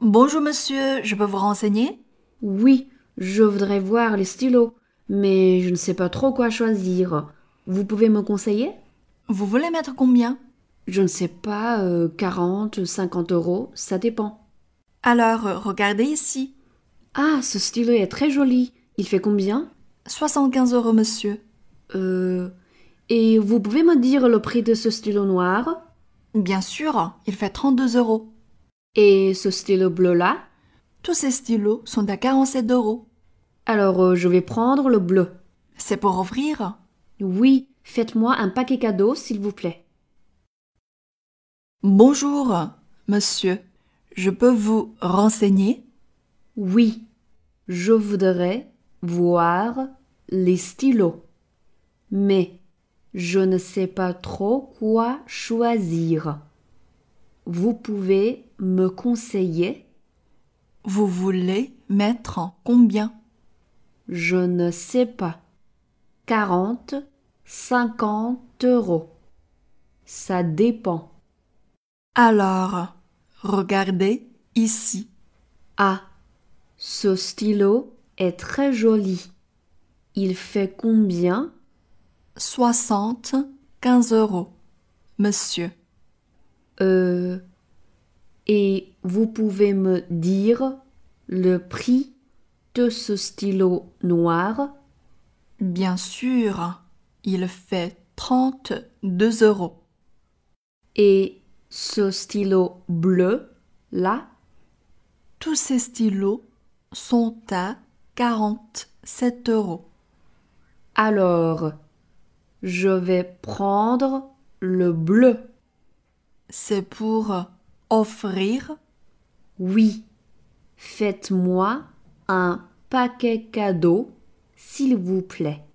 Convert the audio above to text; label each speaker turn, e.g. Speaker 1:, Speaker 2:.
Speaker 1: Bonjour monsieur, je peux vous renseigner
Speaker 2: Oui, je voudrais voir les stylos, mais je ne sais pas trop quoi choisir. Vous pouvez me conseiller
Speaker 1: Vous voulez mettre combien
Speaker 2: Je ne sais pas, euh, 40, 50 euros, ça dépend.
Speaker 1: Alors, euh, regardez ici.
Speaker 2: Ah, ce stylo est très joli. Il fait combien
Speaker 1: 75 euros monsieur.
Speaker 2: Euh. Et vous pouvez me dire le prix de ce stylo noir
Speaker 1: Bien sûr, il fait 32 euros.
Speaker 2: Et ce stylo bleu-là
Speaker 1: Tous ces stylos sont à 47 euros.
Speaker 2: Alors euh, je vais prendre le bleu.
Speaker 1: C'est pour ouvrir
Speaker 2: Oui, faites-moi un paquet cadeau, s'il vous plaît.
Speaker 1: Bonjour monsieur, je peux vous renseigner
Speaker 2: Oui, je voudrais voir les stylos. Mais je ne sais pas trop quoi choisir. Vous pouvez me conseiller
Speaker 1: Vous voulez mettre en combien
Speaker 2: Je ne sais pas. 40, 50 euros. Ça dépend.
Speaker 1: Alors, regardez ici.
Speaker 2: Ah, ce stylo est très joli. Il fait combien
Speaker 1: 60, 15 euros. Monsieur,
Speaker 2: Euh. Et vous pouvez me dire le prix de ce stylo noir
Speaker 1: bien sûr, il fait 32 euros.
Speaker 2: et ce stylo bleu là
Speaker 1: Tous ces stylos sont à 47 euros.
Speaker 2: Alors, je vais prendre le bleu.
Speaker 1: C'est pour offrir
Speaker 2: Oui. Faites-moi un paquet cadeau, s'il vous plaît.